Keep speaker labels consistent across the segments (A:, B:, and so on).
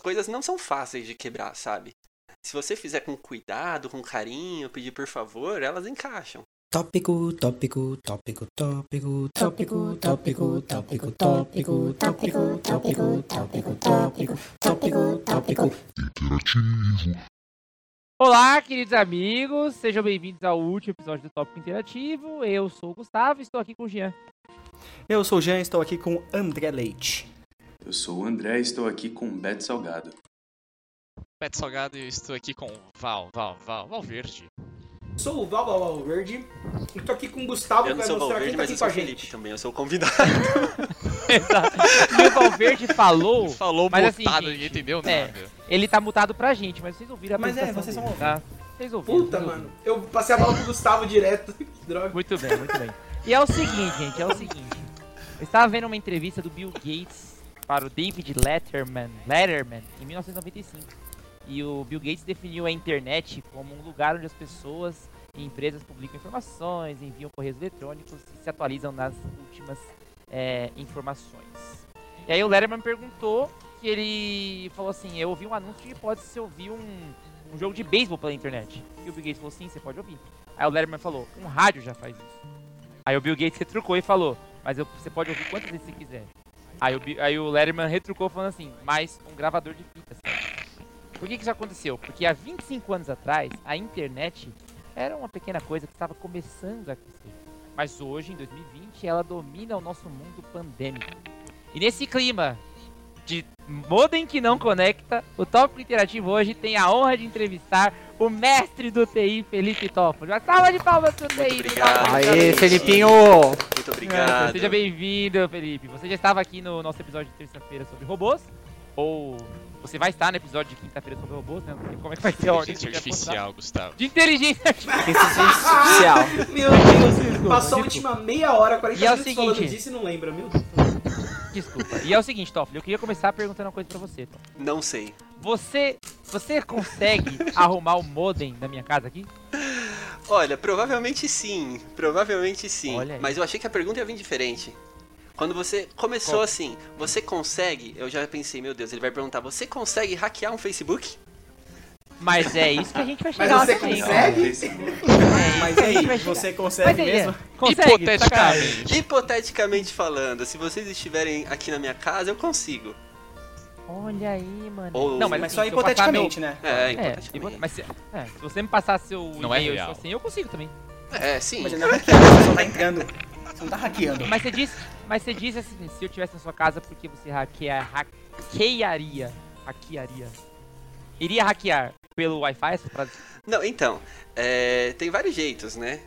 A: coisas não são fáceis de quebrar, sabe? Se você fizer com cuidado, com carinho, pedir por favor, elas encaixam.
B: Tópico, tópico, tópico, tópico, tópico, tópico, tópico, tópico, tópico, tópico, tópico, tópico, tópico, tópico.
C: Interativo.
D: Olá, queridos amigos, sejam bem-vindos ao último episódio do Tópico Interativo. Eu sou o Gustavo e estou aqui com o Jean.
E: Eu sou o Jean, estou aqui com o André Leite.
F: Eu sou o André e estou aqui com o Beto Salgado.
G: Pet Salgado e eu estou aqui com o Val, Val, Val, Valverde.
H: Sou o Val Val Valverde e tô aqui com o Gustavo
A: eu
H: que
A: não
H: vai
A: sou o
H: mostrar
A: Valverde,
H: quem tá
A: mas eu sou
H: aqui com a
A: o Felipe
H: gente.
A: também, eu sou o convidado.
D: Exato. E o Valverde falou,
G: Falou
D: Mas
G: mutado,
D: assim,
G: ninguém
D: gente,
G: entendeu
D: é.
G: nada.
D: ele tá mutado pra gente, mas vocês ouviram a
E: Mas é,
D: apresentação
E: vocês
D: dele,
E: vão
D: Tá? Vocês ouviram.
H: Puta,
D: vocês
H: mano. Eu passei a bola pro Gustavo direto. Que droga.
D: Muito bem, muito bem. E é o seguinte, gente, é o seguinte. Eu estava vendo uma entrevista do Bill Gates para o David Letterman, Letterman em 1995. E o Bill Gates definiu a internet como um lugar onde as pessoas e empresas publicam informações, enviam correios eletrônicos e se atualizam nas últimas eh, informações. E aí o Letterman perguntou que ele falou assim, eu ouvi um anúncio de que pode se ouvir um, um jogo de beisebol pela internet. E o Bill Gates falou, sim, você pode ouvir. Aí o Letterman falou, um rádio já faz isso. Aí o Bill Gates retrucou e falou, mas eu- você pode ouvir quantas vezes você quiser. Aí o, Bi- aí o Letterman retrucou falando assim, mas um gravador de fitas. Por que que isso aconteceu? Porque há 25 anos atrás, a internet era uma pequena coisa que estava começando a crescer. Mas hoje, em 2020, ela domina o nosso mundo pandêmico. E nesse clima de modem que não conecta, o Tópico Interativo hoje tem a honra de entrevistar o mestre do TI, Felipe Toffoli. Uma salva de palmas pro TI. do
A: obrigado.
D: Tópico
A: tá Aê,
D: Interativo.
A: Felipinho! É, Muito
D: Ah,
A: obrigado.
D: Seja bem-vindo, Felipe. Você já estava aqui no nosso episódio de terça-feira sobre robôs, ou você vai estar no episódio de quinta-feira sobre robôs, né? Não sei como é que vai ser a ordem. que
G: Inteligência
D: vai postar.
G: artificial, Gustavo.
D: De inteligência artificial.
E: Especial.
H: Meu Deus, passou a
D: desculpa.
H: última meia hora, 40
D: E é o
H: minutos falando
D: seguinte.
H: disso e não lembra, meu Deus.
D: Desculpa. E é o seguinte, Toffoli, eu queria começar perguntando uma coisa pra você. Toffoli.
A: Não sei.
D: Você, você consegue arrumar o modem da minha casa aqui?
A: Olha, provavelmente sim. Provavelmente sim.
D: Olha aí.
A: Mas eu achei que a pergunta ia vir diferente. Quando você começou assim, você consegue? Eu já pensei, meu Deus, ele vai perguntar, você consegue hackear um Facebook?
D: Mas é isso que a gente vai
H: Mas
D: chegar lá
H: você
D: também,
H: consegue?
D: cara.
E: Mas e aí, você
D: Mas
E: consegue
D: aí, é.
E: mesmo?
G: tá
D: consegue? sacanagem.
G: Hipoteticamente.
A: Hipoteticamente falando, se vocês estiverem aqui na minha casa, eu consigo.
D: Olha aí, mano.
A: Ou-
E: Mas
D: assim,
E: só
D: se eu passar meu-
E: hipoteticamente, né?
A: É,
D: É,
A: hipoteticamente.
D: hipote- mas se, é, se você me passar seu
G: Não é
D: e-mail
G: real.
D: assim, eu consigo também.
A: É, sim.
E: Mas não é hackeando, você só tá entrando. Você não tá hackeando.
D: Mas você disse, mas você disse assim, se eu tivesse na sua casa, porque você hackeia, hackearia, hackearia, iria hackear pelo Wi-Fi? Essa frase?
A: Não, então, é, tem vários jeitos, né?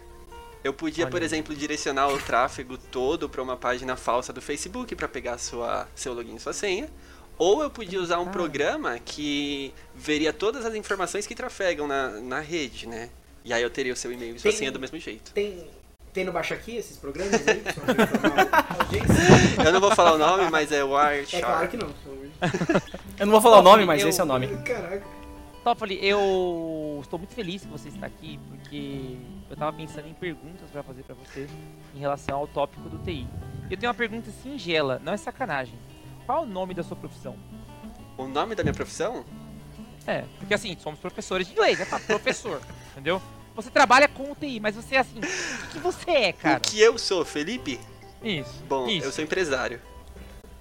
A: Eu podia,
D: Olha
A: por
D: aí.
A: exemplo, direcionar o tráfego todo para uma página falsa do Facebook para pegar sua, seu login e sua senha. Ou eu podia usar um
D: Ah.
A: programa que veria todas as informações que trafegam na, na rede, né? E aí eu teria o seu e-mail e sua
H: Tem-
A: senha do mesmo jeito.
H: Tem, tem no Baixa Aqui esses programas aí? que são pra informar a audiência?
A: Eu não vou falar o nome, mas é Wireshark.
H: É claro que não. pelo amor de
E: Eu não vou falar o nome, mas
D: Eu-
E: esse é o nome.
H: Deus. Caraca.
D: Toffoli, eu estou muito feliz que você está aqui, porque eu tava pensando em perguntas para fazer para você em relação ao tópico do TI. E Eu tenho uma pergunta singela, não é sacanagem. Qual o nome da sua profissão?
A: O nome da minha profissão?
D: É, porque assim, somos professores de inglês, é pra professor, entendeu? Você trabalha com o TI, mas você é assim, o que, que você é, cara?
A: O que eu sou, Felipe?
D: Isso.
A: Bom,
D: isso.
A: eu tá sou empresário.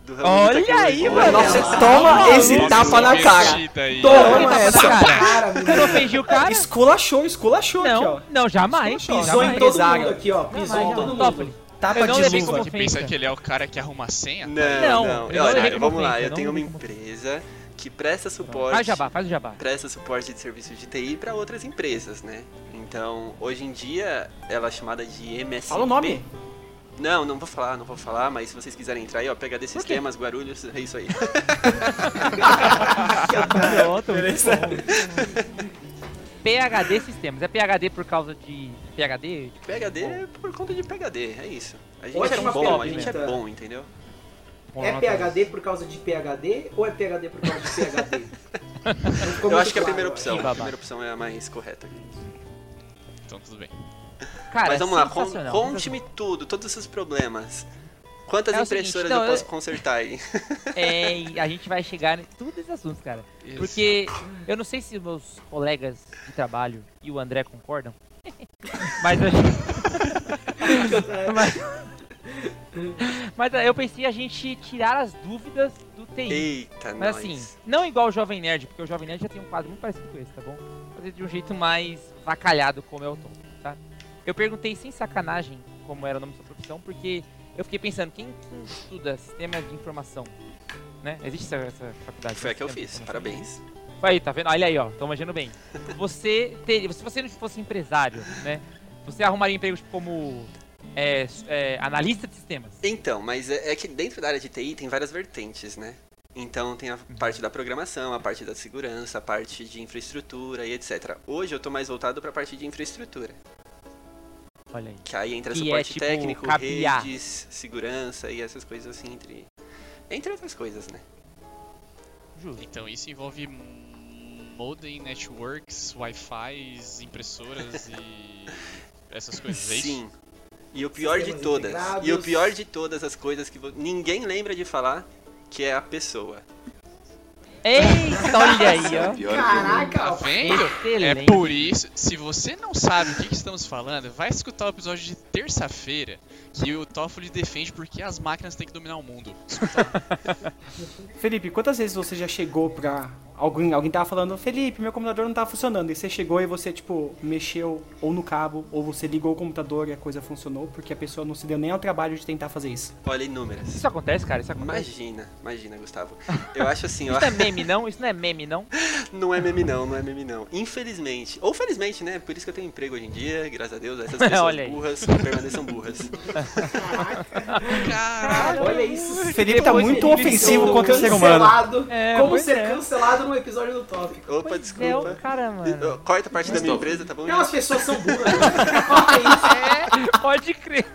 A: Do ramo de
D: Olha aí,
A: tecnologia.
D: mano.
E: Nossa,
D: Nossa,
E: toma
D: maluco.
E: esse tapa na cara.
H: Toma
D: Ele tá
E: essa.
D: pra cara.
H: Cara, meu
D: Você não ofendiu o cara?
E: Esculachou, esculachou aqui,
D: Não,
E: ó.
D: não, jamais.
E: Esculachou.
H: Pisou em
D: jamais.
H: todo
E: Empresário.
H: mundo aqui, ó. Pisou em
D: Jamais,
H: todo
D: jamais.
H: mundo.
D: Eu
E: Tapa
D: não
E: de
D: levei
E: luva.
D: como-
G: Gente pensa
D: ofensa.
G: que ele é o cara que arruma É a senha?
A: Não,
D: Não,
A: não.
D: eu não
A: Olha,
D: levei como
A: vamos lá,
D: ofensa,
A: eu
D: não Ah.
A: tenho uma
D: levei como ofensa.
A: empresa que presta suporte,
D: Faz jabá, faz o jabá.
A: presta suporte de serviço de TI para outras empresas, né? Então, hoje em dia, ela é chamada de MSP.
E: Fala o nome.
A: Não, não vou falar, não vou falar, mas se vocês quiserem entrar aí, ó, PHD Sistemas, Guarulhos, é isso aí.
D: Pronto, PHD Sistemas. É PHD por causa de PHD?
A: PHD é por conta de PHD, é isso. A gente
H: Ótima
A: é bom, a gente é
H: pergunta.
A: bom, entendeu?
D: Tipo,
H: É
D: não,
H: PHD por causa de PHD ou é PHD por causa de PHD? Não ficou
A: Eu
H: muito
A: acho que é a
H: claro,
A: primeira
H: eu
A: opção,
D: acho.
A: a primeira opção é a mais correta.
G: Então tudo bem.
D: Cara,
A: Mas vamos lá, con-
D: assim. sensacional,
A: conte-me tudo, todos os seus problemas. Quantas
D: É o seguinte,
A: impressoras
D: não,
A: eu
D: eu-
A: posso consertar aí?
D: É, e a gente vai chegar em todos esses assuntos, cara.
G: Isso.
D: Porque eu não sei se meus colegas de trabalho e o André concordam, mas eu, mas, mas eu pensei a gente tirar as dúvidas do TI.
A: Eita,
D: mas
A: nós.
D: assim, não igual o Jovem Nerd, porque o Jovem Nerd já tem um quadro muito parecido com esse, tá bom? Fazer de um jeito mais vacalhado, como é o Tom, tá? Eu perguntei sem sacanagem como era o nome da sua profissão, porque eu fiquei pensando, quem, quem estuda sistema de informação? Né? Existe essa, essa faculdade?
A: Foi
D: né?
A: a que eu
D: Sistema de
A: fiz,
D: informação.
A: parabéns.
D: Aí, tá vendo? Olha aí, ó, tô manjando bem. Você teria. Se você não fosse empresário, né? Você arrumaria empregos como é, s- é, analista de sistemas.
A: Então, mas é, é que dentro da área de TI tem várias vertentes, né? Então tem a
D: Uhum.
A: parte da programação, a parte da segurança, a parte de infraestrutura e etc. Hoje eu tô mais voltado pra parte de infraestrutura,
D: Olha aí.
A: que aí entra
D: Que é
A: suporte
D: tipo
A: técnico,
D: cabear.
A: redes, segurança e essas coisas assim entre entre outras coisas, né?
D: Justo.
G: Então isso envolve m- modem, networks, wi-fi, impressoras e essas coisas. é isso?
A: Sim. E o pior de
H: Sistemas
A: todas,
H: integrados.
A: e o pior de todas as coisas que vo- ninguém lembra de falar, que é a pessoa.
D: Eita, olha aí, ó.
F: Pior
G: Tá
H: Caraca, ó.
G: vendo? É
D: Excelente.
G: por isso, se você não sabe o que, que estamos falando, vai escutar o episódio de terça-feira que o Toffoli defende porque as máquinas têm que dominar o mundo.
E: Felipe, quantas vezes você já chegou pra. Alguém, alguém tava falando, Felipe, meu computador não tá funcionando. E você chegou e você, tipo, mexeu ou no cabo, ou você ligou o computador e a coisa funcionou, porque a pessoa não se deu nem ao trabalho de tentar fazer isso.
A: Olha inúmeras.
D: Isso acontece, cara? Isso acontece.
A: Imagina, imagina, Gustavo. Eu acho assim, ó,
D: Isso não é meme, não? Isso não é meme, não?
A: não é meme não, não é meme não. Infelizmente, ou felizmente, né? Por isso que eu tenho emprego hoje em dia, graças a Deus, essas pessoas
D: Olha aí.
A: burras permaneçam burras.
G: Caralho!
H: Olha isso.
E: Felipe tá
H: Depois
E: muito
H: ele
E: ofensivo
H: sendo
E: contra o ser humano.
H: cancelado.
D: É,
H: Como
D: pois
H: ser
D: é.
H: cancelado num episódio do tópico.
A: Opa,
D: Pois É, o
A: desculpa.
D: cara, mano.
A: Eu- Corta parte da
F: Mas
A: minha
F: tô-
A: empresa, tá bom?
H: Não, as
A: gente?
H: pessoas são burras. Olha isso.
D: É, pode crer.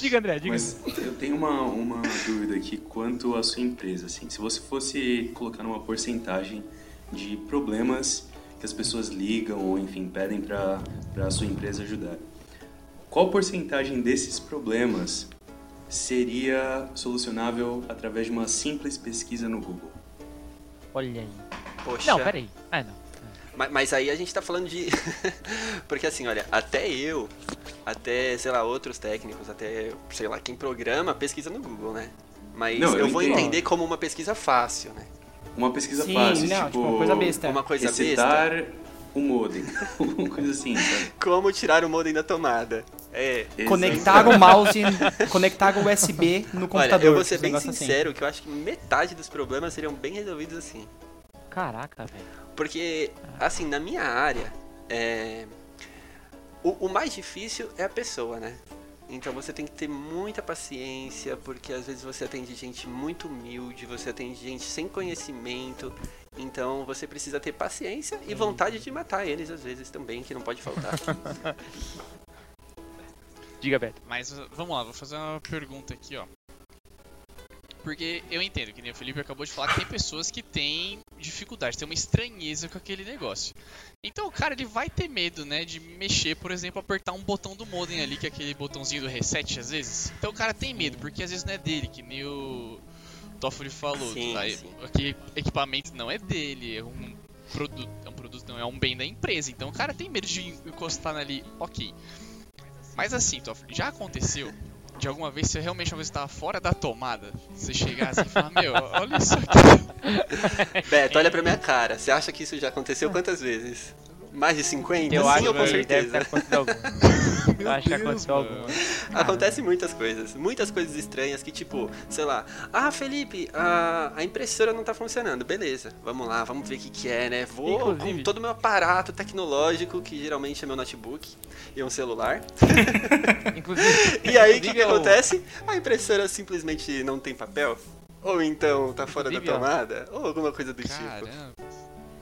D: diga, André, diga.
F: Mas eu tenho uma, uma dúvida aqui quanto à sua empresa, assim. Se você fosse colocar numa porcentagem de problemas que as pessoas ligam ou, enfim, pedem para a sua empresa ajudar, qual porcentagem desses problemas seria solucionável através de uma simples pesquisa no Google?
D: Olha aí.
A: Poxa.
D: Não, peraí. Ah, não.
A: Ma- Mas, aí a gente tá falando de. Porque assim, olha, até eu, até, sei lá, outros técnicos, até, sei lá, quem programa, pesquisa no Google, né? Mas
F: Não,
A: eu,
F: eu
A: vou
F: entendo.
A: entender como uma pesquisa fácil, né?
F: Uma pesquisa
E: Sim,
F: fácil,
E: não,
F: tipo...
E: tipo, uma coisa besta.
A: Uma coisa besta.
F: Recitar o modem, alguma coisa assim, sabe?
A: Como tirar o modem da tomada. É.
E: Conectar o mouse, conectar o USB no
A: Olha,
E: computador.
A: eu vou ser
E: esses
A: bem
E: negócios assim.
A: sincero que eu acho que metade dos problemas seriam bem resolvidos assim.
D: Caraca, velho.
A: Porque, assim, na minha área, é, o, o mais difícil é a pessoa, né? Então você tem que ter muita paciência, porque às vezes você atende gente muito humilde, você atende gente sem conhecimento. Então você precisa ter paciência e
D: Uhum.
A: vontade de matar eles às vezes também, que não pode faltar.
D: Diga, Beto.
G: Mas uh, vamos lá, vou fazer uma pergunta aqui, ó. Porque eu entendo, que nem o Felipe acabou de falar, que tem pessoas que têm dificuldade, tem uma estranheza com aquele negócio. Então o cara ele vai ter medo, né, de mexer, por exemplo, apertar um botão do modem ali, que é aquele botãozinho do reset às vezes. Então o cara tem medo, porque às vezes não é dele, que nem o Toffoli falou.
A: Sim,
G: tá? E-
A: sim.
G: Aquele equipamento não é dele, é um produto, é um produto não, é um bem da empresa. Então o cara tem medo de encostar ali, ok. Mas assim, Toffoli, já aconteceu de alguma vez você realmente uma vez estava fora da tomada, você chegar assim e falar, meu, olha isso aqui.
D: É.
A: Beto, olha pra minha cara. Você acha que isso já aconteceu quantas vezes? Mais de 50?
D: Eu
A: Sim,
D: acho
A: eu com
D: que deve
A: certeza.
D: ter acontecido alguma. Eu acho que aconteceu alguma.
A: Acontece muitas coisas, muitas coisas estranhas que tipo, sei lá, ah Felipe, a, a impressora não tá funcionando, beleza, vamos lá, vamos ver o que que é, né? Vou
D: Inclusive-
A: com todo o meu aparato tecnológico, que geralmente é meu notebook e um celular.
D: Inclusive,
A: E aí o que, que
D: inclusive, eu-
A: acontece? A impressora simplesmente não tem papel. Ou então tá fora da
D: Inclusive, ó.
A: tomada, ou alguma coisa do tipo.
G: Caramba.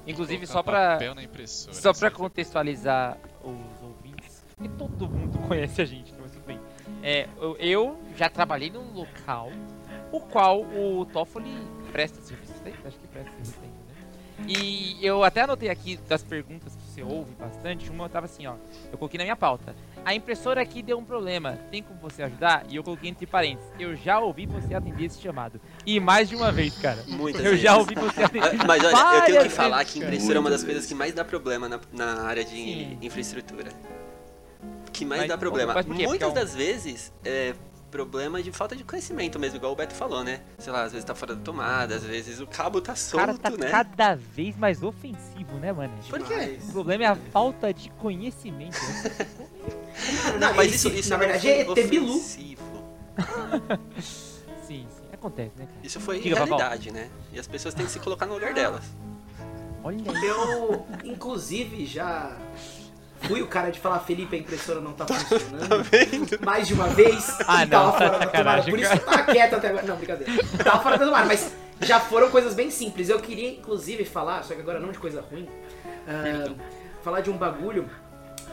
D: Inclusive,
G: Colocar
D: só pra,
G: papel na impressora,
D: só pra
G: sabe?
D: contextualizar os ouvintes, porque todo mundo conhece a gente, né, mas tudo bem. É, eu, eu já trabalhei num local o qual o Toffoli presta serviço. Acho que presta serviço ainda, né? E eu até anotei aqui das perguntas que você ouve bastante, uma eu tava assim, ó. Eu coloquei na minha pauta. A impressora aqui deu um problema, tem como você ajudar? E eu coloquei entre parênteses. Eu já ouvi você atender esse chamado. E mais de uma vez, cara.
A: Muitas
D: Eu
A: vezes.
D: já ouvi você atender.
A: Ah, Mas olha, eu tenho que
D: várias
A: falar
D: vezes,
A: que
D: cara.
A: impressora é uma das
F: Muitas
A: coisas que mais dá problema na, na área de
D: Sim.
A: infraestrutura. Que mais
D: Mas-
A: dá problema.
D: mas por quê? Porque é
A: Muitas
D: um-
A: das vezes é problema de falta de conhecimento mesmo, igual o Beto falou, né? Sei lá, às vezes tá fora da tomada, às vezes o cabo tá
D: O
A: solto,
D: cara tá
A: né?
D: cada vez mais ofensivo, né, mano?
A: Por quê?
D: O problema é a falta de conhecimento. né?
A: Não, mas isso, isso
H: na
A: não
H: verdade,
A: foi
H: é ET Bilu.
A: ofensivo.
D: sim, sim. Acontece, né, cara?
A: Isso foi
D: Diga, Fafão.
A: realidade, né? E as pessoas têm que se colocar no lugar delas.
D: Olha aí.
H: Eu, inclusive, já fui o cara de falar, Felipe, a impressora não tá funcionando. Mais de uma vez.
D: Ah,
H: e
D: não, tá
H: tava fora da tomada.
D: sacanagem,
H: Por isso que eu tava quieto até agora. Não, brincadeira. Tava fora da tomada, mas já foram coisas bem simples. Eu queria, inclusive, falar, só que agora não de coisa ruim. ah, falar de um bagulho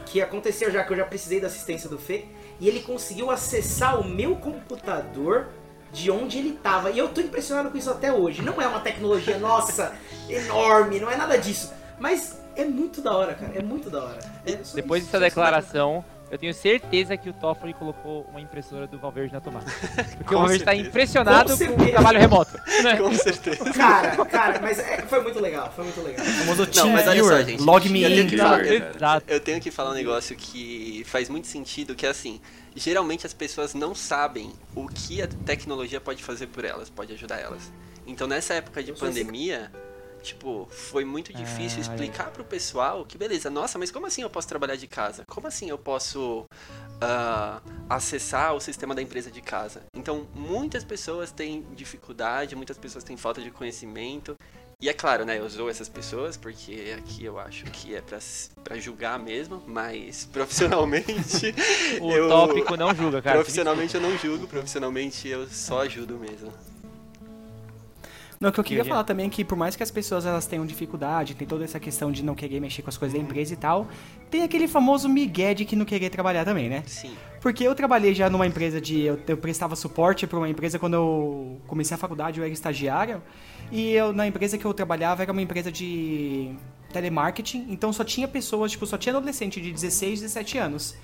H: que aconteceu já, que eu já precisei da assistência do Fê. E ele conseguiu acessar o meu computador de onde ele tava. E eu tô impressionado com isso até hoje. Não é uma tecnologia, nossa, enorme, não é nada disso. Mas é muito da hora, cara. É muito da hora. É só
D: Depois
H: isso,
D: dessa
H: só isso.
D: declaração, eu tenho certeza que o Toffoli colocou uma impressora do Valverde na tomada. Porque
A: Com
D: o Valverde tá
A: certeza.
D: impressionado
H: Com
D: com, o
H: certeza.
D: trabalho remoto. né?
A: Com certeza.
H: Cara, cara, mas é- foi muito legal, foi muito legal.
E: O famoso
A: Não,
E: team
A: mas olha só,
E: viewer,
A: gente.
E: log me
A: Eu
E: in.
A: tenho que falar- eu-
D: Exato.
A: Eu tenho que falar um negócio que faz muito sentido, que é assim, geralmente as pessoas não sabem o que a tecnologia pode fazer por elas, pode ajudar elas. Então nessa época de
H: Eu sou esse-
A: pandemia, tipo, foi muito difícil
D: Ah,
A: explicar pro pessoal que beleza, nossa, mas como assim eu posso trabalhar de casa? Como assim eu posso ah, acessar o sistema da empresa de casa? Então muitas pessoas têm dificuldade, muitas pessoas têm falta de conhecimento e é claro, né, eu zoo essas pessoas, porque aqui eu acho que é pra, s- pra julgar mesmo, mas profissionalmente.
D: O
A: eu,
D: tópico é não julga, cara.
A: Profissionalmente eu não julgo, profissionalmente eu só ajudo mesmo.
E: Não, o que eu queria
D: Entendi.
E: falar também é que por mais que as pessoas elas tenham dificuldade, tem toda essa questão de não querer mexer com as coisas da
D: Uhum.
E: empresa e tal, tem aquele famoso migué de que não querer trabalhar também, né?
A: Sim.
E: Porque eu trabalhei já numa empresa de. Eu, eu prestava suporte para uma empresa quando eu comecei a faculdade, eu era estagiário. E eu, na empresa que eu trabalhava era uma empresa de telemarketing, então só tinha pessoas, tipo, só tinha adolescente de 16, 17 anos.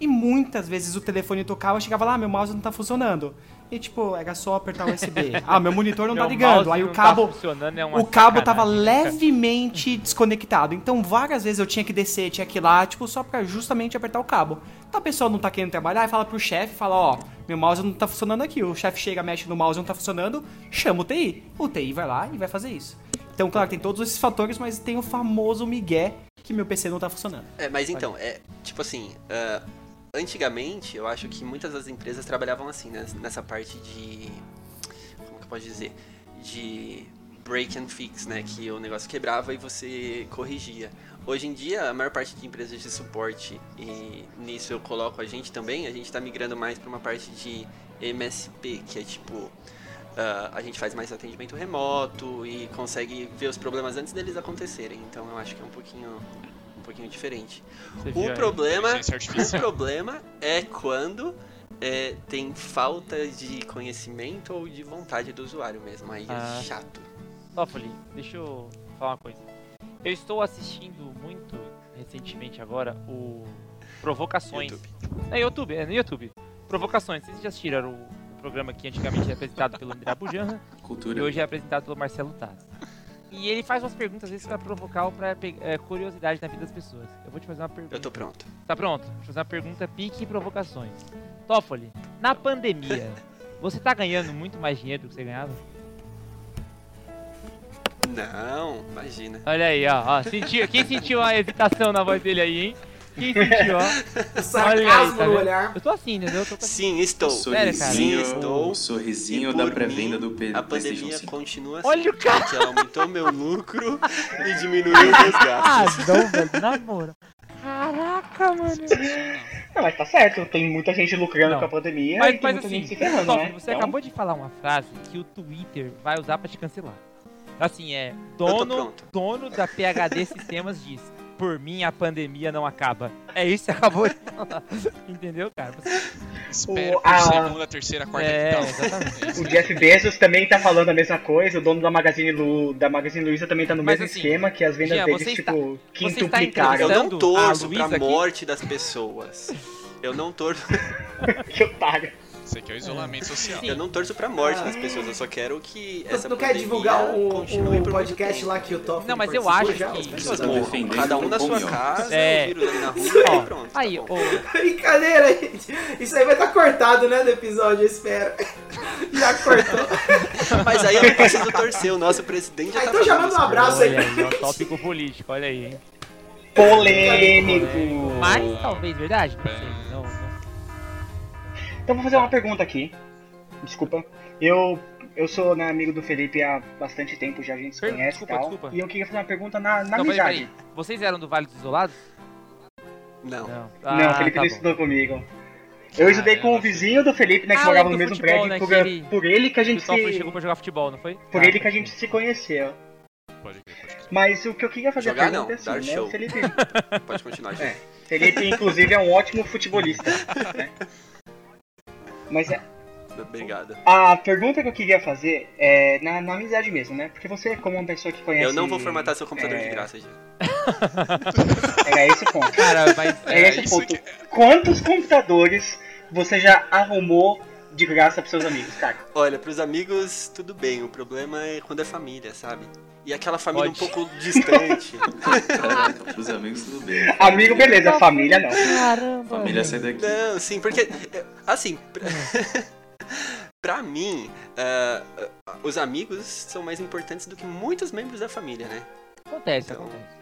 E: E muitas vezes o telefone tocava, eu chegava lá, "Ah, meu mouse não tá funcionando. E tipo, era só apertar o USB. ah, meu monitor não
D: Meu
E: tá ligando.
D: mouse
E: Aí o
D: não tá
E: cabo,
D: funcionando, é uma
E: o cabo
D: sacanagem,
E: tava
D: cara.
E: levemente desconectado. Então, várias vezes eu tinha que descer, tinha que ir lá, tipo, só pra justamente apertar o cabo. Então, a pessoa não tá querendo trabalhar e fala pro chefe, fala, ó, meu mouse não tá funcionando aqui. O chefe chega, mexe no mouse, não tá funcionando, chama o TI. O TI vai lá e vai fazer isso. Então, claro, tem todos esses fatores, mas tem o famoso migué que meu PC não tá funcionando.
A: É, mas então, é tipo assim, ah, antigamente eu acho que muitas das empresas trabalhavam assim, né, nessa parte de. Como que eu posso dizer? De break and fix, né? Que o negócio quebrava e você corrigia. Hoje em dia, a maior parte de empresas de suporte, e nisso eu coloco a gente também, a gente tá migrando mais pra uma parte de MSP, que é tipo. ah, a gente faz mais atendimento remoto e consegue ver os problemas antes deles acontecerem. Então eu acho que é um pouquinho, um pouquinho diferente.
D: Você é viu
A: O
D: aí?
A: problema,
G: Inteligência
A: o
G: artificial.
A: problema é quando é, tem falta de conhecimento ou de vontade do usuário mesmo. Aí
D: Ah.
A: é chato.
D: Toffoli, deixa eu falar uma coisa. Eu estou assistindo muito recentemente agora o Provocações.
A: YouTube.
D: É YouTube, é no YouTube. Provocações. Vocês já assistiram o o programa que antigamente era apresentado pelo André Bujanra? E
F: Cultura.
D: hoje é apresentado pelo Marcelo Taz. E ele faz umas perguntas às vezes pra provocar ou pra pe- é, curiosidade na vida das pessoas. Eu vou te fazer uma pergunta.
A: Eu tô pronto.
D: Tá pronto? Deixa eu fazer uma pergunta pique e provocações. Toffoli, na pandemia, você tá ganhando muito mais dinheiro do que você ganhava?
A: Não, imagina.
D: Olha aí, ó. ó. sentiu, quem sentiu a hesitação na voz dele aí, hein? Quem sentiu, ó?
H: O
D: Olha aí,
H: sarcasmo
D: tá
H: no
D: vendo?
H: olhar.
D: Eu tô assim, entendeu? Eu tô com assim.
A: Sim, estou.
D: Sério, cara?
A: Sim,
F: sorrisinho, um
A: estou.
F: sorrisinho
A: E
F: da
A: por
F: pré-venda
A: mim,
F: do P-
A: A
F: PlayStation
A: pandemia
F: 5.
A: continua assim.
D: Olha o cara!
A: porque ela aumentou meu lucro e diminuiu meus gastos.
D: Ah, não, velho, na moral. Caraca, mano.
I: Não, mas tá certo, tem muita gente lucrando
D: Não.
I: com a pandemia e
D: Mas,
I: tem
D: mas
I: muita
D: assim,
I: gente se ferrando,
D: Sof,
I: né?
D: você
I: Então,
D: acabou de falar uma frase que o Twitter vai usar pra te cancelar. Assim, é.
A: tô
D: Dono,
A: pronto.
D: dono da PHD Sistemas diz: Por mim a pandemia não acaba. É isso que você acabou de falar. Entendeu, cara? Você-
G: Espero
I: O-
G: por
I: a-
G: segunda, terceira, quarta,
D: É,
G: quinta.
D: exatamente.
G: É isso
I: O
G: aí.
I: Jeff Bezos também tá falando a mesma coisa, o dono da Magazine, Lu, da Magazine Luiza também tá no
D: Mas,
I: mesmo
D: assim,
I: esquema, que as vendas
D: Jean,
I: deles,
D: você está-
I: tipo,
D: está
I: quintuplicaram.
A: Eu não
D: Dando
A: torço pra
D: a Luísa aqui?
A: morte das pessoas. Eu não torço,
I: Que otário.
G: Isso aqui é o isolamento social.
A: eu não torço pra
D: Ah.
A: morte das pessoas, eu só quero que essa
H: não quer
A: pandemia
H: divulgar o,
A: continue
H: o
A: por muito
H: podcast
A: tempo.
H: lá que o Top
D: Não, mas eu acho que-
A: As pessoas
F: Tá
A: morram,
F: defendendo
A: cada um na
F: o
A: sua
F: Pompeu.
A: casa,
D: É.
A: o vírus ali na rua
D: Ó,
A: e pronto.
D: aí,
A: tá
D: ô,
A: bom.
H: Brincadeira, gente. Isso aí vai estar cortado, né, do episódio, eu espero. Já cortou.
A: Mas aí eu não preciso torcer, o nosso presidente já
H: Ah,
A: tá
H: então já
A: fazendo
H: manda um
A: isso.
H: abraço aí.
D: olha aí, ó, tópico político, olha aí, hein.
I: Polêmico.
D: Mas talvez, verdade? Não sei, não, não.
I: Então vou fazer uma pergunta aqui. Desculpa. Eu, eu sou né, amigo do Felipe há bastante tempo já, a gente se
D: Per-
I: conhece e
D: desculpa,
I: tal.
D: desculpa.
I: E eu queria fazer uma pergunta na, na
D: Não, peraí,
I: amizade.
D: peraí. Vocês eram do Vale dos Isolados?
A: Não,
I: não,
D: Ah,
I: o Felipe não
D: tá bom. é,
I: estudou comigo. Eu estudei com o
G: Caramba.
I: vizinho do Felipe, né, que
D: Ah,
I: morava
D: o
I: no
D: do
I: mesmo
D: futebol,
I: prédio,
D: né,
I: por,
D: que ele-
I: por ele que a
D: Que
I: gente
D: o Toffoli chegou
I: se,
D: pra jogar futebol, não foi?
I: por
D: Ah,
I: ele que a
D: tá.
I: gente se conheceu.
G: Pode crer, pode crer.
I: Mas o que eu queria fazer a
A: Jogar
I: pergunta
A: não,
I: é assim,
A: dar
I: né,
A: show.
I: o Felipe,
A: pode continuar,
I: É.
A: gente.
I: Felipe inclusive é um ótimo futebolista, né? Mas é,
D: É.
A: Obrigado.
I: a pergunta que eu queria fazer é na, na amizade mesmo, né? Porque você, como uma pessoa que conhece...
A: Eu não vou formatar seu computador
I: é,
A: de graça, gente.
I: Era esse o ponto.
D: Cara, mas
I: É, esse o
G: isso
I: ponto. Quantos computadores você já arrumou de graça pros seus amigos, cara?
A: Olha, pros amigos, tudo bem. O problema é quando é família, sabe? E aquela família
D: Pode.
A: um pouco distante.
F: Caraca, Então, pros amigos tudo bem.
I: Amigo, beleza, família não.
D: então. caramba.
F: Família sai daqui.
A: Não, sim, porque. é, Assim. Pra, pra mim, ah, ah, os amigos são mais importantes do que muitos membros da família, né?
D: Acontece,
A: Então,
D: acontece.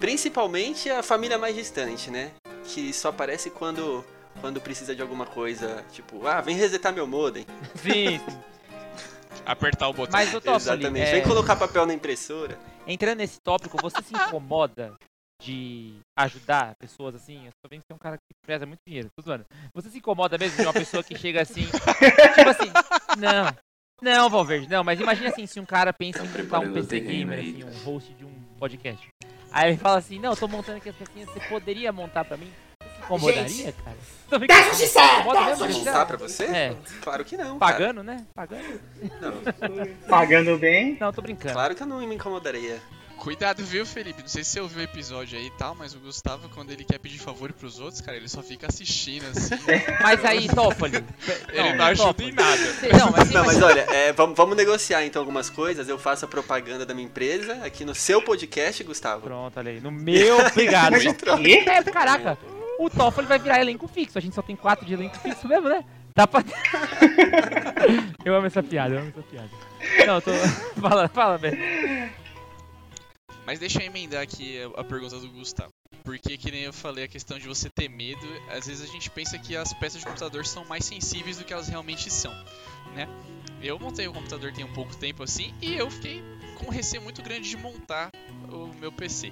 A: Principalmente a família mais distante, né? Que só aparece quando. Quando precisa de alguma coisa, tipo, ah, vem resetar meu modem.
D: Sim, sim.
G: Apertar o botão.
D: mas o Toffoli,
A: Exatamente.
D: é,
A: Vem colocar papel na impressora.
D: entrando nesse tópico, você se incomoda de ajudar pessoas assim? Eu tô vendo que você é um cara que preza muito dinheiro, tô zoando. Você se incomoda mesmo de uma pessoa que chega assim, tipo assim, não, não, Valverde, não, mas imagina assim, se um cara pensa
F: Tá
D: em montar um
F: preparando o
D: PC
F: terreno
D: Gamer,
F: aí.
D: assim, um host de um podcast. Aí ele fala assim, não, eu tô montando aqui as pecinhas, você poderia montar pra mim? Você se incomodaria, cara? Tô brincando.
H: Tá justiça!
D: Incomoda
H: Tá
D: mesmo,
H: justiça!
A: Tá pra você?
D: É,
A: Claro que não. cara.
D: pagando, né? Pagando?
I: Pagando bem.
D: Não, tô brincando.
A: Claro que eu não me incomodaria.
G: É, Cuidado, viu, Felipe? Não sei se você ouviu o episódio aí e tal, mas o Gustavo, quando ele quer pedir favor pros outros, cara, ele só fica assistindo assim.
D: Mas aí, Toffoli.
G: Ele não ajuda em nada.
D: Sim, Não, mas, tipo
A: Não, mas
D: mas
A: olha, é, vamos, vamos negociar então algumas coisas. Eu faço a propaganda da minha empresa aqui no seu podcast, Gustavo.
D: Pronto, olha aí. No meu, obrigado.
A: Em troca.
I: E?
D: é, caraca. O Toffoli vai virar elenco fixo. A gente só tem quatro de elenco fixo mesmo, né? Dá pra... eu amo essa piada, eu amo essa piada. Não, eu tô... Fala, fala, velho.
G: Mas deixa eu emendar aqui a, a pergunta do Gustavo. Porque, que nem eu falei, a questão de você ter medo, às vezes a gente pensa que as peças de computador são mais sensíveis do que elas realmente são, né? Eu montei o computador tem um pouco tempo assim e eu fiquei com um receio muito grande de montar o meu PC.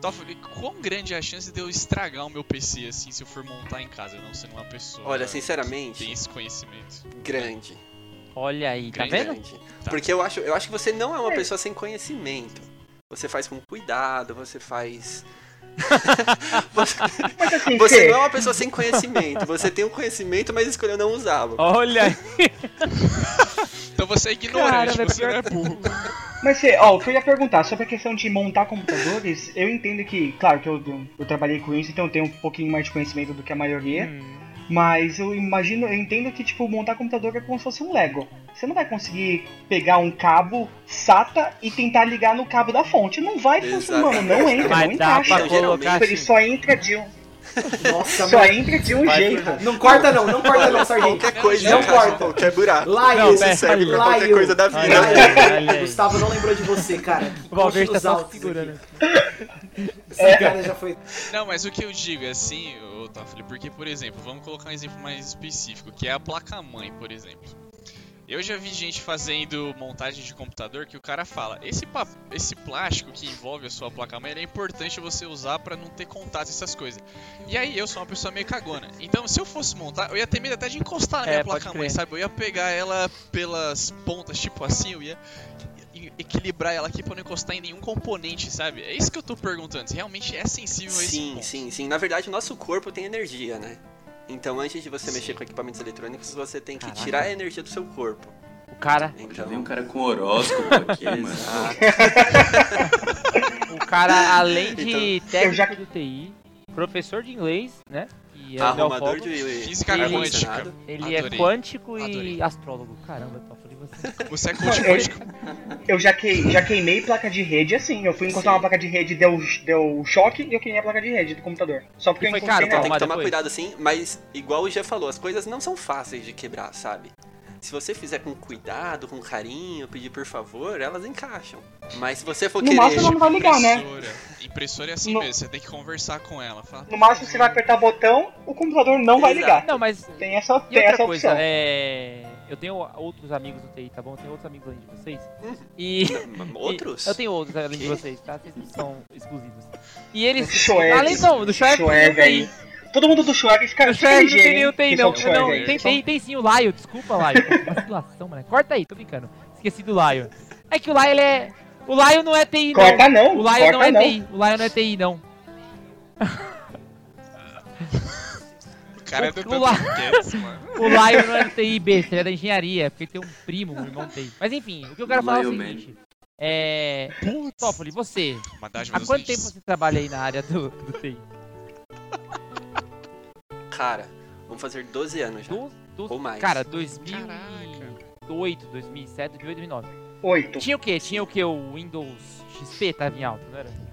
G: Toffoli, quão grande é a chance de eu estragar o meu PC assim se eu for montar em casa, eu não sendo uma pessoa
A: Olha,
G: que tem
A: sinceramente,
G: esse conhecimento?
A: grande.
D: Olha aí, tá
G: Grande,
D: vendo?
A: grande.
G: Tá.
A: Porque eu acho, eu acho que você não é uma pessoa sem conhecimento. Você faz com cuidado, você faz. você,
I: Mas assim,
A: você
I: Fê,
A: não é uma pessoa sem conhecimento. Você tem um conhecimento, mas escolheu não usá-lo.
D: Olha aí.
G: Então você é ignorante,
D: Cara,
G: você
D: mas
G: não é burro.
I: mas Fê, ó, o que eu ia perguntar sobre a questão de montar computadores, eu entendo que, claro que eu, eu trabalhei com isso, então eu tenho um pouquinho mais de conhecimento do que a maioria,
D: Hum,
I: mas eu imagino, eu entendo que, tipo, montar computador é como se fosse um Lego. Você não vai conseguir pegar um cabo SATA e tentar ligar no cabo da fonte. Não vai
A: Exato.
I: funcionar, mano, não entra, não
D: Mas dá
I: encaixa.
D: pra
A: Então,
D: colocar
A: geralmente
I: Ele
D: assim.
I: só entra de um,
H: Nossa,
I: só
H: mano.
I: entra de um
A: Vai pro
I: jeito.
H: Não corta não, não corta não, Sargento.
A: Qualquer coisa,
H: Não
A: encaixa em
H: corta.
A: qualquer buraco.
H: Lá
D: Não,
H: isso,
D: pera,
A: Serve pra
H: lá
A: né? qualquer
H: eu.
A: coisa da vida.
D: Olha aí, olha aí.
H: Gustavo não lembrou de você, cara.
D: O Valverde tá
H: Nos
D: só né?
H: altos
D: segurando.
H: aqui.
A: É.
H: Esse cara já foi.
G: Não, mas o que eu digo é assim, ô Toffoli, porque, por exemplo, vamos colocar um exemplo mais específico, que é a placa-mãe, por exemplo. Eu já vi gente fazendo montagem de computador que o cara fala: esse, pa- esse plástico que envolve a sua placa-mãe ele é importante você usar pra não ter contato, essas coisas. E aí eu sou uma pessoa meio cagona. Então, se eu fosse montar, eu ia ter medo até de encostar na
D: É,
G: minha
D: pode
G: placa-mãe,
D: crer.
G: sabe? Eu ia pegar ela pelas pontas, tipo assim, eu ia e- equilibrar ela aqui pra não encostar em nenhum componente, sabe? É isso que eu tô perguntando. se Realmente é sensível a esse
A: Sim,
G: ponto.
A: sim, sim. Na verdade, o nosso corpo tem energia, né? Então, antes de você mexer com equipamentos eletrônicos, você tem que tirar a energia do seu corpo.
D: O cara,
F: Já
A: Então,
F: vem um cara com horóscopo aqui, mano.
D: o cara além de técnico
I: eu já-
D: do TI, professor de inglês, né? E é
A: arrumador
D: neofóbico,
A: de
G: Física
A: ar
D: quântica.
A: condicionado.
D: Ele
G: Adorei.
D: é quântico
G: Adorei.
D: e astrólogo. Caramba, eu falei você.
G: Você é
I: Não,
G: coach
I: eu,
G: quântico.
I: eu já, quei- já queimei placa de rede assim. Eu fui encostar uma placa de rede, deu, deu choque e eu queimei a placa de rede do computador. Só porque
D: E foi
I: eu encostei
D: caro,
A: Então
I: nela.
A: tem que
D: Arrumar
A: tomar
D: depois.
A: cuidado assim, mas igual o Gê falou, as coisas não são fáceis de quebrar, sabe? Se você fizer com cuidado, com carinho, pedir por favor, elas encaixam. Mas se você for
I: No
A: querer.
I: máximo ela não vai ligar, né?
G: Impressora. Impressora é assim
I: No-
G: mesmo, você tem que conversar com ela. Fala,
I: No máximo você vai apertar o botão, o computador não vai
A: Exato.
I: ligar.
D: Não, mas
I: Tem essa,
D: E
I: tem
D: outra
I: essa
D: coisa,
I: opção.
D: é... eu tenho outros amigos do TI, tá bom? Eu tenho outros amigos além de vocês.
A: Uhum.
D: E...
A: Outros?
D: e- Eu tenho outros além de vocês, tá? Vocês não são exclusivos. E eles...
I: Schwerg.
D: Além não, do Schwerg,
I: Schwerg
D: não
I: aí. Todo mundo do Schwerg fica
D: tem. Do
I: fica
D: Schwerg não
I: ligeiro,
D: tem
I: hein, pessoal
D: nenhum TI, não.
I: do Schwerg
D: Não,
I: aí.
D: tem, tem, tem sim o Laio, desculpa, Laio. Que Vacilação, mano. Corta aí, tô brincando. Esqueci do Laio. É que o Laio, ele é... O Laio não é TI, não.
I: Corta não,
D: O Lion não
I: corta
D: é
I: não.
D: TI. O Lion não é TI, não.
G: o cara é do
D: o- o-
G: Thundercats, mano.
D: O Lion não é do TI besta, ele é da engenharia, porque ele tem um primo, um irmão TI. Mas enfim, o que eu quero falar é o
F: Lion Man.
D: seguinte. É. Tópoli, você,
G: Uma dádiva
D: há
G: dos
D: quanto tempo
G: deuses.
D: você trabalha aí na área do, do TI?
A: Cara, vamos fazer 12 anos já.
D: Do, do-
A: Ou mais.
D: Cara, 2008,
G: Caraca.
D: 2007, 2008, 2009.
I: Oito.
D: Tinha o quê? Tinha o quê? O Windows XP tava em alta, não era?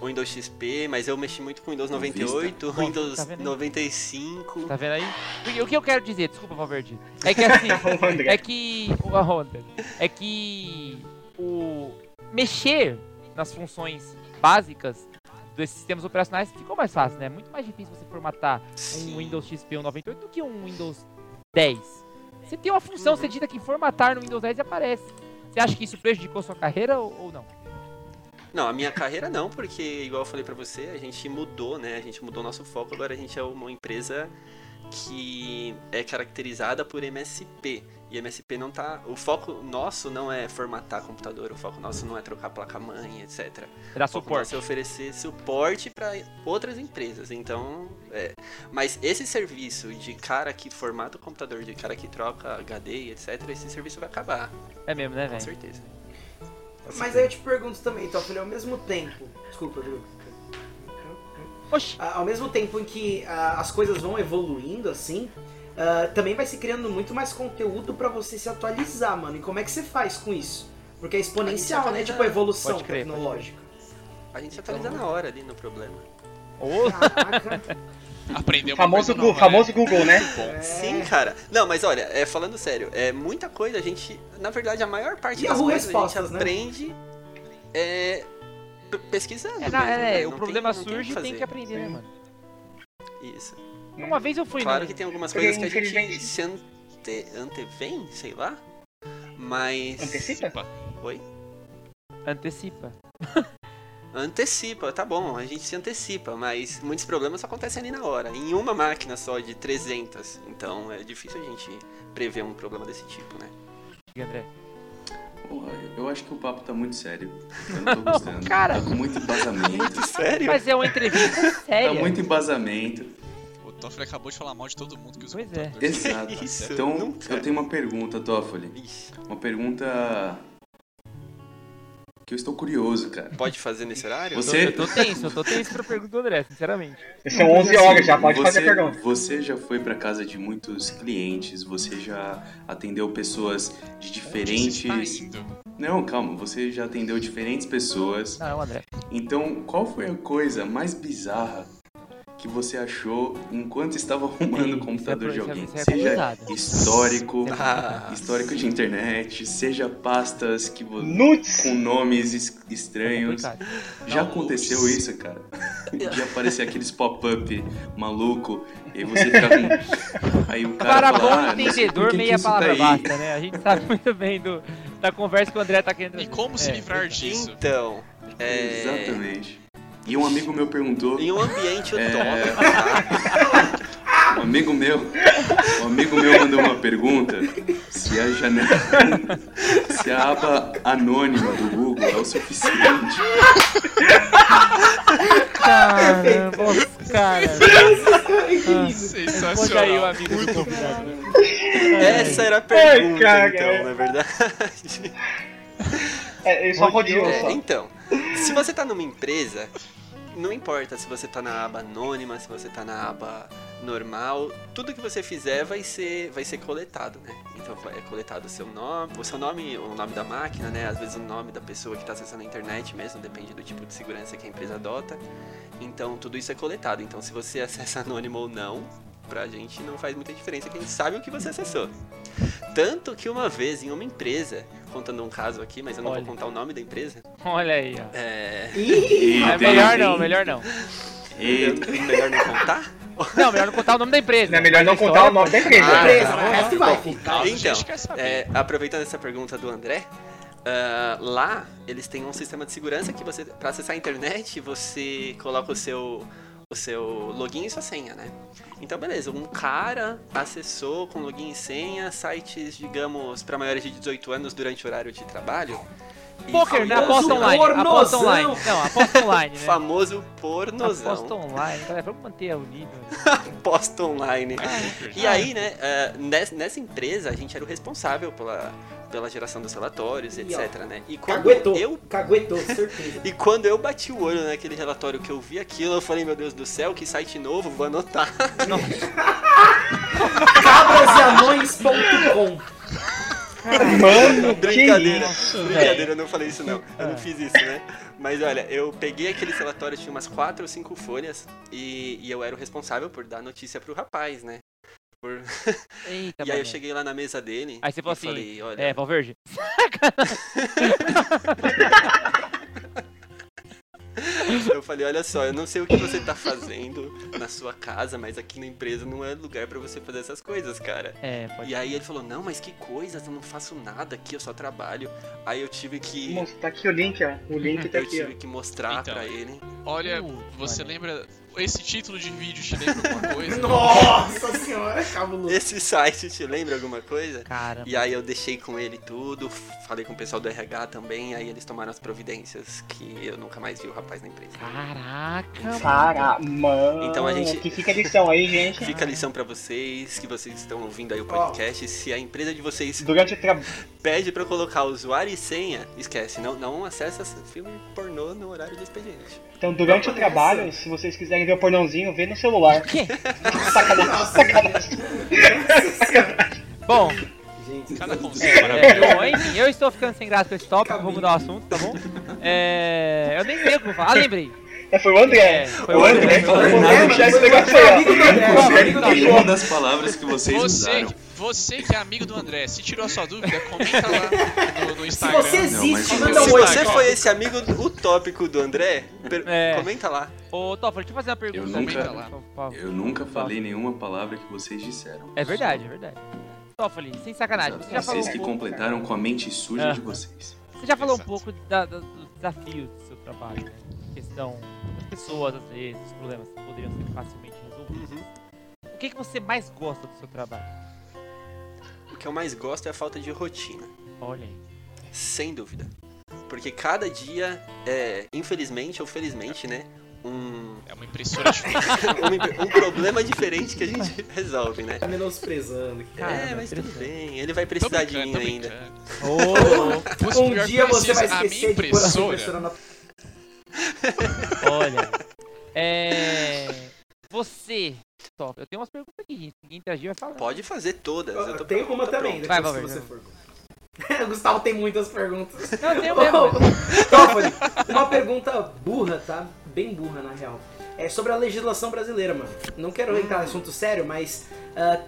A: O Windows XP, mas eu mexi muito com o Windows 98,
D: Vista.
A: Windows
D: Tá vendo?
A: 95.
D: Tá vendo aí? Porque O que eu quero dizer, desculpa, Valverde, é que assim,
I: O André.
D: É que. o Honda. É que. O. Mexer nas funções básicas dos sistemas operacionais ficou mais fácil, né? É muito mais difícil você formatar
A: Sim.
D: um Windows XP 98 do que um Windows 10. Você tem uma função, você digita que formatar no Windows 10 e aparece. Você acha que isso prejudicou sua carreira ou, ou não?
A: Não, a minha carreira não, porque igual eu falei pra você, a gente mudou, né? A gente mudou nosso foco, agora a gente é uma empresa que é caracterizada por MSP. E MSP não tá. O foco nosso não é formatar computador, o foco nosso não é trocar placa-mãe, etc.
D: Era
A: O foco
D: suporte.
A: nosso é oferecer suporte pra outras empresas. Então, é. Mas esse serviço de cara que formata o computador, de cara que troca HD, e etc., esse serviço vai acabar,
D: É mesmo, né,
A: com
D: velho?
A: certeza.
H: Mas aí eu te pergunto também, Toffoli, ao mesmo tempo. Desculpa, viu?
D: Oxi!
H: Ah, ao mesmo tempo em que ah, as coisas vão evoluindo assim, ah, também vai se criando muito mais conteúdo pra você se atualizar, mano. E como é que você faz com isso? Porque é exponencial, né? Tipo a evolução
D: Pode crer,
H: tecnológica.
A: A gente se
D: Então
A: atualiza na hora ali no problema.
D: Ô,
H: Caraca.
G: Aprendeu uma
I: Famoso,
G: coisa nova,
I: Gu- famoso Google, né?
H: é.
A: Sim, cara. Não, mas olha, é, falando sério, é muita coisa a gente, na verdade, a maior parte
H: E
A: das
H: Yahoo
A: coisas a
H: Respostas,
A: gente
H: né?
A: aprende é, p- pesquisando.
D: É, na-
A: mesmo,
D: é,
A: né?
D: o
A: Não
D: problema
A: tem- não
D: surge e tem que
A: fazer.
D: aprender, né, mano?
A: Isso.
D: Uma vez eu fui né?
A: Claro
D: no-
A: que tem algumas
I: Porque,
A: coisas que a gente
I: infelizmente-
A: se ante, antevém, sei lá. Mas.
I: Antecipa?
A: Oi?
D: Antecipa.
A: Antecipa, tá bom, a gente se antecipa, mas muitos problemas acontecem ali na hora, em uma máquina só de 300. Então é difícil a gente prever um problema desse tipo, né?
D: Diga, André.
F: Porra, eu acho que o papo tá muito sério. Eu não tô gostando.
D: Cara.
F: Tá com muito embasamento.
A: Sério?
D: Mas é uma entrevista
F: tá
D: séria.
F: muito embasamento.
G: O Toffoli acabou de falar mal de todo mundo que usa
D: Pois é.
G: computador.
F: Exato.
A: Isso,
F: então,
A: nunca.
F: eu tenho uma pergunta, Toffoli.
A: Ixi,
F: Uma pergunta que eu estou curioso, cara.
A: pode fazer nesse horário?
F: Você-
D: Eu tô tenso, eu tô tenso pra pergunta do André, sinceramente.
I: São 11 horas Então, já, pode
F: assim, você,
I: fazer pergunta.
F: Você já foi pra casa de muitos clientes, você já atendeu pessoas de
G: Onde você tá
F: diferentes.
G: indo?
F: Não, calma, você já atendeu diferentes pessoas.
D: Não, é o André.
F: Então, qual foi a coisa mais bizarra que você achou enquanto estava arrumando
D: Sim,
F: o computador
D: isso é-
F: de alguém?
D: isso é
F: seja
D: complicado.
F: histórico,
A: Ah,
F: histórico de internet, seja pastas que vo-
I: Nuts!
F: com nomes es-
D: É
F: estranhos.
D: complicado.
F: Já aconteceu isso, cara? De aparecer aqueles pop-up maluco e você ficar com... Aí o cara
D: Para
F: fala,
D: bom
F: "Ah, não sei por
D: entendedor,
F: que que
D: meia
F: isso tá
D: palavra
F: aí."
D: basta, né? A gente sabe muito bem do, da conversa que o André tá querendo
G: E
D: trazer.
G: como se
D: É,
G: livrar
D: exato.
G: disso?
A: Então, é,
F: Exatamente. E um amigo meu perguntou...
A: em um ambiente
F: É.
A: utópico, tá?
F: Um amigo meu, um amigo meu mandou uma pergunta se a janela, se a aba anônima do Google é o suficiente.
D: Caramba, os cara.
G: Vocês
D: Responde aí o
G: Sensacional.
D: amigo do convidado.
A: Essa era a pergunta,
I: cara.
A: então, na verdade.
I: É, ele só rodeou
A: É,
I: só.
A: então, se você tá numa empresa, não importa se você tá na aba anônima, se você tá na aba normal, tudo que você fizer vai ser, vai ser coletado, né? Então vai- é coletado o seu nome, o seu nome, o nome da máquina, né? Às vezes o nome da pessoa que tá acessando a internet mesmo, depende do tipo de segurança que a empresa adota. Então tudo isso é coletado. Então se você acessa anônimo ou não, pra gente não faz muita diferença, que a gente sabe o que você acessou. Tanto que uma vez em uma empresa, contando um caso aqui, mas eu não
D: Olha.
A: vou contar o nome da empresa.
D: Olha aí, ó.
A: É.
D: É melhor não, melhor não.
F: Eita,
A: Melhor não contar?
D: Não, melhor não contar o nome da empresa.
I: Não é melhor
D: Mas a
I: não contar o nome
D: história
I: da
A: Ah,
I: empresa.
H: Beleza, o resto vai.
G: Calma, a
A: Então,
G: gente quer saber.
A: é, aproveitando essa pergunta do André, ah, lá eles têm um sistema de segurança que você, para acessar a internet, você coloca o seu o seu login e sua senha, né? Então, beleza, um cara acessou com login e senha sites, digamos, para maiores de 18 anos durante o horário de trabalho. E
D: Poker, né?
A: famoso-
D: Aposta online. Aposta
H: Pornozão.
D: online. Não, aposta online, né?
A: Famoso pornozão.
D: Aposta online. Galera, vamos manter o nível.
A: Aposta online.
G: Mas,
A: E
D: Ah, é.
A: aí, né, eh, nes- nessa empresa a gente era o responsável pela, pela geração dos relatórios,
H: Ih,
A: etc, né? E quando
H: Caguetou.
A: eu
H: Caguetou, certeza.
A: e quando eu bati o olho naquele relatório que eu vi aquilo, eu falei, meu Deus do céu, que site novo, vou anotar.
H: Cabrasanões.com
I: Mano,
A: brincadeira.
I: que isso,
A: Brincadeira, eu não falei isso não. Eu não fiz isso, né? Mas olha, eu peguei aqueles relatórios, tinha umas quatro ou cinco folhas, e, e eu era o responsável por dar notícia pro rapaz, né? Por-
D: Eita,
A: e aí eu
D: mané.
A: cheguei lá na mesa dele.
D: é Aí você falou
A: e
D: assim,
A: falei, olha,
D: É, Valverde.
A: Eu falei, olha só, eu não sei o que você tá fazendo na sua casa, mas aqui na empresa não é lugar pra você fazer essas coisas, cara.
D: É, pode
A: E aí ele falou, não, mas que coisas, eu não faço nada aqui, eu só trabalho. Aí eu tive que.
I: Moço, tá aqui o link, ó. O link tá
A: Eu
I: aqui, ó.
A: tive que mostrar
G: Então.
A: pra ele.
G: Olha,
D: Puta,
G: você
D: mano.
G: lembra. Esse título de vídeo te lembra alguma coisa?
H: Nossa senhora, cabuloso.
A: Esse site te lembra alguma coisa?
D: Cara,
A: E aí eu deixei com ele tudo, falei com o pessoal do RH também, aí eles tomaram as providências que eu nunca mais vi o rapaz na empresa.
D: caraca,
I: Cara, mano.
A: Então a gente-
I: Que fica a lição aí, gente.
A: Fica a lição pra vocês, que vocês estão ouvindo aí o podcast. Se a empresa de vocês
I: Durante o trabalho.
A: pede pra colocar usuário e senha, esquece, não, não acessa filme pornô no horário de expediente.
I: Então, durante o trabalho, se vocês quiserem ver o pornãozinho, vê no celular.
D: Que?
I: Sacanagem, sacanagem.
D: Bom,
H: Gente,
G: Cada conselho
D: é,
G: maravilhoso.
D: bom, enfim, eu estou ficando sem graça com esse tópico, vou mudar o assunto, tá bom? É, eu nem sei o que eu vou falar. Ah, lembrei.
I: É, foi o André.
D: É, foi
I: O André
D: foi o
I: falou
H: André.
I: vou deixar esse negócio
H: Foi
I: aí,
H: amigo do André,
I: ó.
H: foi amigo do
I: Tá
H: André.
I: bom.
F: nenhuma é das palavras que
H: É,
F: vocês
G: Você,
F: usaram.
G: você que é amigo do André, se tirou a sua dúvida, comenta lá no, no
H: Se
G: Instagram.
H: você existe,
F: Não, mas-
H: manda
A: Se
H: um oi.
A: você foi esse amigo utópico do André, per-
D: É.
A: comenta lá.
D: Ô, Toffoli, deixa eu fazer uma pergunta.
F: nunca-
D: pra você, por favor.
F: Eu nunca falei nenhuma palavra que vocês disseram.
D: É verdade, é verdade. Toffoli, sem sacanagem, você já falou
F: Vocês
D: um
F: que
D: pouco,
F: completaram com a mente suja
D: É.
F: de vocês.
D: você já falou um
G: Exato.
D: pouco da- da- do desafio do seu trabalho, né? questão das pessoas, às vezes, os problemas que poderiam ser facilmente resolvidos. O que, que você mais gosta do seu trabalho?
A: O que eu mais gosto é a falta de rotina,
D: Olha aí.
A: sem dúvida. Porque cada dia é, infelizmente ou felizmente, né, um,
G: É uma impressora de
A: um, um problema diferente que a gente resolve, né?
H: Tá menosprezando.
A: É,
D: Caramba,
A: mas tudo
D: interessante.
A: bem, ele vai
G: Tô
A: precisar de mim
G: brincando, tô
A: ainda.
G: brincando.
D: Ô,
G: Putz,
H: Um
G: pior que
H: dia você
G: precisa.
H: vai
G: a minha
H: esquecer de pôr a sua
G: impressora.
H: impressora na
D: olha. É. Você, Toffoli, eu tenho umas perguntas aqui, gente. Ninguém interagiu, vai falar.
A: Pode fazer todas. eu tô
H: Tem
A: pronto,
H: uma
A: tô
H: também,
A: pronto.
D: Vai,
H: depois se
D: Valverde,
H: você for. O Gustavo tem muitas perguntas.
D: Não, eu tenho mesmo. é um mas-
H: Toffoli, uma pergunta burra, tá? Bem burra, na real. É sobre a legislação brasileira, mano. Não quero entrar em assunto sério, mas ah,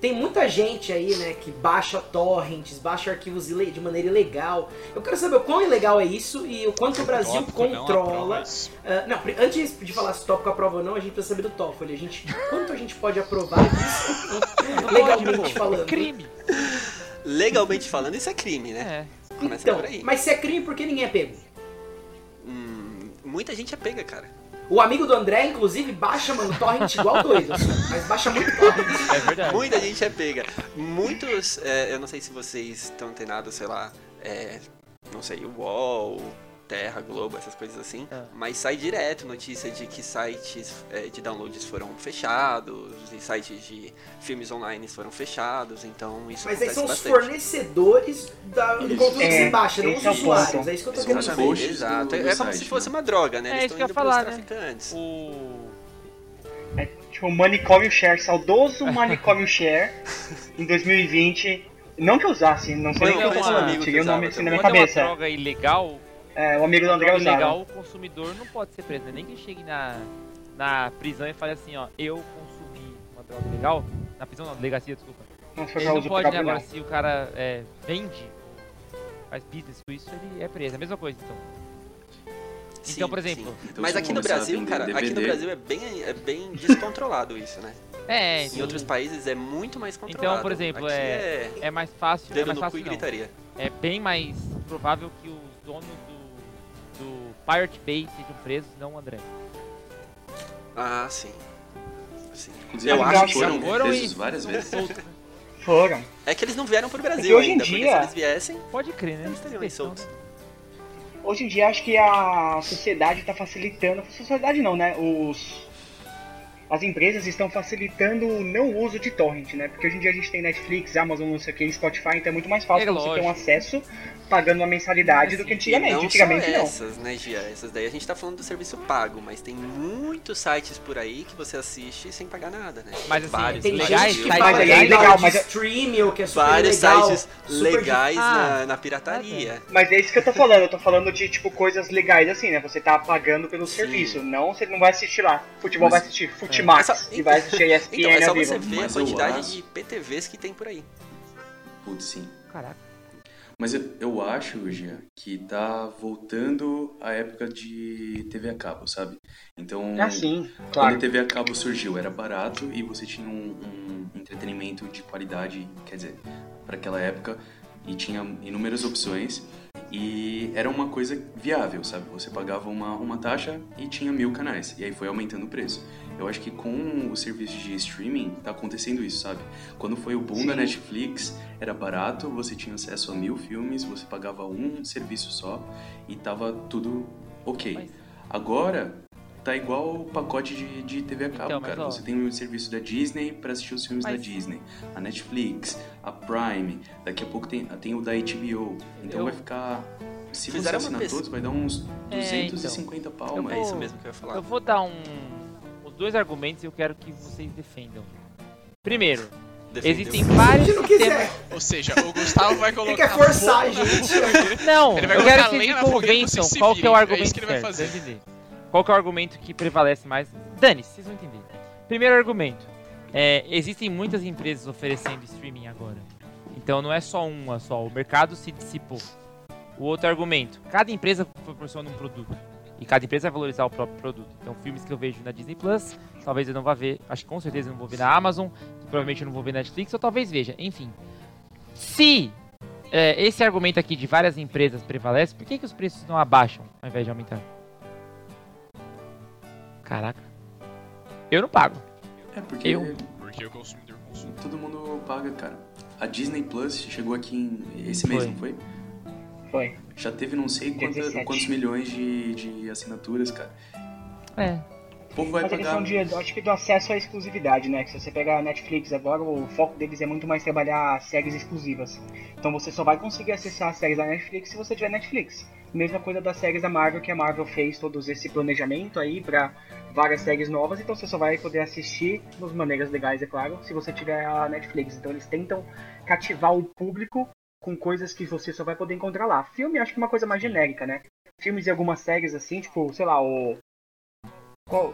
H: tem muita gente aí, né, que baixa torrents, baixa arquivos ile- de maneira ilegal. Eu quero saber o quão ilegal é isso e o quanto o Brasil
G: Tópico não é
H: controla.
G: aprova isso.
H: Ah, não, pri- antes de falar se o tópico aprova ou não, a gente precisa saber do Toffoli. A gente, quanto a gente pode aprovar isso legalmente falando?
D: Crime.
A: Legalmente falando, isso é crime, né?
D: É.
A: Começa
H: né? Então,
A: por aí.
H: mas se é crime, por que ninguém é pego?
A: Hum, muita gente é pega, cara.
H: O amigo do André, inclusive, baixa, mano, torrent igual doido. assim, Mas baixa muito torrent.
D: É verdade.
A: Muita gente é pega. Muitos, é, eu não sei se vocês estão antenados, sei lá, é, não sei, o UOL, Terra, Globo, essas coisas assim.
D: Ah.
A: Mas sai direto notícia de que sites eh, de downloads foram fechados, e sites de filmes online foram fechados, então isso
H: Mas aí
A: acontece
H: são os
A: bastante.
H: fornecedores da, do
F: Isso.
H: conteúdo que
I: É,
H: você baixa, não os
I: esse é o
H: usuários.
I: ponto.
H: É isso que eu tô
F: Esse
H: querendo
F: é o
H: dizer.
F: ponto.
A: Exatamente,
F: posts do-
A: exato.
F: do
A: É como
F: site,
A: se
F: né?
A: fosse uma droga, né?
D: É
A: Eles
D: isso
A: estão
D: que eu
A: indo
D: ia
A: pelos
D: falar, né?
A: traficantes.
D: O.
I: Tipo, Manicômio Share, saudoso Manicômio Share, em 2020. Não que eu usasse, não sei
D: Não,
I: nem o que eu tô
D: mas um
I: falando,
A: amigo
I: tirei o
A: que
I: nome
A: usava
I: assim na minha
D: Quando é uma
I: cabeça.
D: droga ilegal,
I: É, o amigo do
D: uma
I: André
D: droga
I: usava.
D: ilegal, o consumidor não pode ser preso, né? Nem que chegue na, na prisão e fale assim, ó, eu consumi uma droga ilegal. Na prisão não, delegacia, desculpa.
I: Não foi
D: Ele
I: pra
D: não
I: uso
D: pode, né?
I: próprio,
D: Agora,
I: não.
D: se o cara é, vende, faz business com isso, ele é preso. É a mesma coisa, então.
A: Sim,
D: então, por
A: sim.
D: exemplo,
F: Então,
A: Mas
F: se
A: aqui no
F: começar a
A: Brasil,
F: vender
A: cara, aqui no
F: DVD,
A: Brasil é bem, é bem descontrolado isso, né?
D: é,
A: Em outros países é muito mais controlado.
D: Então, por exemplo,
A: Aqui
D: é- é mais fácil, é
A: Dando
D: mais
A: no cu e
D: fácil não.
A: gritaria.
D: É bem mais provável que os donos do, do Pirate Bay sejam presos, não o André.
A: Ah, sim. Sim.
F: Inclusive,
A: Eu
F: eles
I: acho que
F: foram
D: já foram né?
F: presos
D: e-
F: várias vezes.
D: Solto.
I: Foram.
A: É que eles não vieram pro Brasil
I: É que hoje em
A: ainda, porque
I: dia-
A: se eles viessem,
D: Pode crer, né?
A: eles teriam
D: Questão,
A: insultos.
D: né?
I: Hoje em dia acho que a sociedade tá facilitando. A sociedade não, né? Os. As empresas estão facilitando o não uso de torrent, né? Porque hoje em dia a gente tem Netflix, Amazon, não sei o que, Spotify, então é muito mais fácil
D: É
I: você ter um
D: lógico.
I: acesso pagando uma mensalidade do que antigamente.
A: não
I: antigamente
A: só
I: não.
A: essas, né, Gia? Essas daí a gente tá falando do serviço pago, mas tem muitos sites por aí que você assiste sem pagar nada, né?
D: Mas, assim,
A: vários,
H: Tem
A: vários.
D: legais,
H: gente que
D: sites
H: paga
I: legais,
H: legal,
I: legal,
H: de
I: mas-
H: streaming, ou que é super
A: vários
H: legal.
A: sites
H: super
A: legais na,
D: Ah,
A: na pirataria.
I: Mas é isso que eu tô falando, eu tô falando de tipo coisas legais assim, né? Você tá pagando pelo
A: Sim.
I: serviço, não você não vai assistir lá. Futebol
F: Mas-
I: vai assistir
A: É.
I: Futimax
A: Mas só-
I: e vai assistir ESPN
A: Então, é só
I: ao
A: você
I: vivo.
A: ver a
F: Mas eu
A: quantidade
F: acho-
A: de PTVs que tem por aí.
F: Putz, sim.
D: Caraca.
F: Mas eu, eu acho, Gia, que tá voltando a época de TV a cabo, sabe? Então,
A: né?
I: Ah, sim,
F: quando
I: claro.
F: a TV a cabo surgiu, era barato e você tinha um, um entretenimento de qualidade, quer dizer, para aquela época, e tinha inúmeras opções. E era uma coisa viável, sabe? Você pagava uma, uma taxa e tinha mil canais. E aí foi aumentando o preço. Eu acho que com o serviço de streaming tá acontecendo isso, sabe? Quando foi o boom da Netflix, era barato, você tinha acesso a mil filmes, você pagava um serviço só e tava tudo ok.
D: Mas-
F: Agora tá igual o pacote de, de TV a cabo,
D: Então, mas,
F: cara.
D: ó. é.
F: Você tem o serviço da Disney pra assistir os filmes
D: Mas-
F: da Disney, a Netflix, a Prime, daqui a pouco tem, tem o da HBO. Então
D: Eu-
F: vai ficar. Se você
A: Fizeram uma
F: assinar
A: pesqu-
F: todos, vai dar uns
D: É,
F: 250
D: Eu
F: pau,
A: É
F: mas.
A: isso mesmo que eu ia falar.
D: Eu vou dar um. Os dois argumentos e eu quero que vocês defendam. Primeiro,
A: Defendeu.
D: existem
H: A
D: vários
H: gente não
D: sistemas.
H: quiser.
G: Ou seja, o Gustavo vai colocar.
H: Ele quer forçar a
G: fogo na-
H: gente.
D: Não,
G: Ele vai
D: eu quero que
G: colocar
D: vocês me
G: lenha na fogueira e
D: convençam
G: vocês se
D: qual que é o
G: virem. É
D: argumento
G: isso que ele vai
D: certo,
G: fazer.
D: pra eu entender. Qual que é o argumento que prevalece mais? Dane-se, vocês vão entender. Primeiro argumento. é, existem muitas empresas oferecendo streaming agora. Então não é só uma só, o mercado se dissipou. O outro argumento, cada empresa proporciona um produto. E cada empresa vai valorizar o próprio produto. Então filmes que eu vejo na Disney Plus, talvez eu não vá ver, acho que com certeza eu não vou ver na Amazon, provavelmente eu não vou ver na Netflix, ou talvez veja, enfim. Se é, esse argumento aqui de várias empresas prevalece, por que, que os preços não abaixam ao invés de aumentar? Caraca. Eu não pago.
F: É porque
D: Eu-
G: Porque o consumidor consome.
F: todo mundo paga, cara. A Disney Plus chegou aqui em... esse mês,
D: Foi.
F: não foi?
I: Foi.
F: Já teve não sei quanta-
I: 17.
F: quantos milhões de, de assinaturas, cara.
D: É.
F: O povo vai
I: Mas eles
F: pagar.
I: são de, eu acho que do acesso à exclusividade, né? Que se você pegar a Netflix agora, o foco deles é muito mais trabalhar séries exclusivas. Então você só vai conseguir acessar as séries da Netflix se você tiver Netflix. Mesma coisa das séries da Marvel, que a Marvel fez todo esse planejamento aí pra várias séries novas, então você só vai poder assistir de maneiras legais, é claro, se você tiver a Netflix. Então eles tentam cativar o público com coisas que você só vai poder encontrar lá. Filme, acho que é uma coisa mais genérica, né? Filmes e algumas séries assim, tipo, sei lá, o. Qual.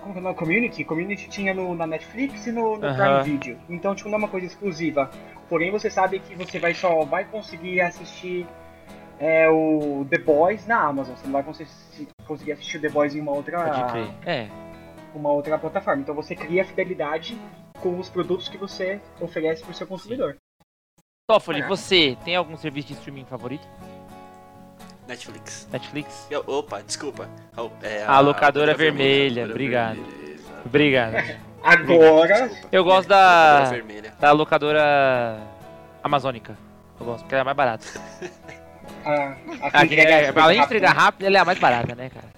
I: Como que é o nome? Community? Community tinha no, na Netflix e no, no Prime
D: Aham.
I: Video. Então, tipo, não é uma coisa exclusiva. Porém, você sabe que você vai só vai conseguir assistir é, o The Boys na Amazon. Você não vai conseguir, conseguir assistir o The Boys em uma
D: Pode
I: outra,
D: crer. É.
I: uma outra plataforma. Então, você cria a fidelidade com os produtos que você oferece para o seu consumidor.
D: Toffoli,
I: É.
D: você tem algum serviço de streaming favorito?
A: Netflix.
D: Netflix?
A: Eu- opa, desculpa. Oh, é
D: A locadora
A: a
D: vermelha.
F: Agora,
D: obrigado.
F: beleza.
D: Obrigado.
I: Agora,
A: Desculpa.
D: Eu gosto
A: Locadora
D: da,
A: vermelha.
D: da locadora amazônica. Eu gosto, porque ela é mais barata.
I: a, a,
D: Ah, que é,
I: as coisas
D: além de entregar
I: rápido.
D: rápido, ela é a mais barata, né, cara?